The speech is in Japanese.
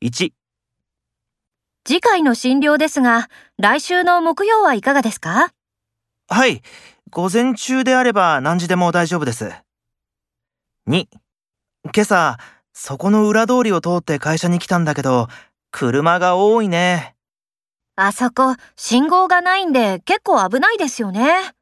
1、次回の診療ですが、来週の木曜はいかがですかはい、午前中であれば何時でも大丈夫です。2、今朝、そこの裏通りを通って会社に来たんだけど、車が多いね。あそこ、信号がないんで結構危ないですよね。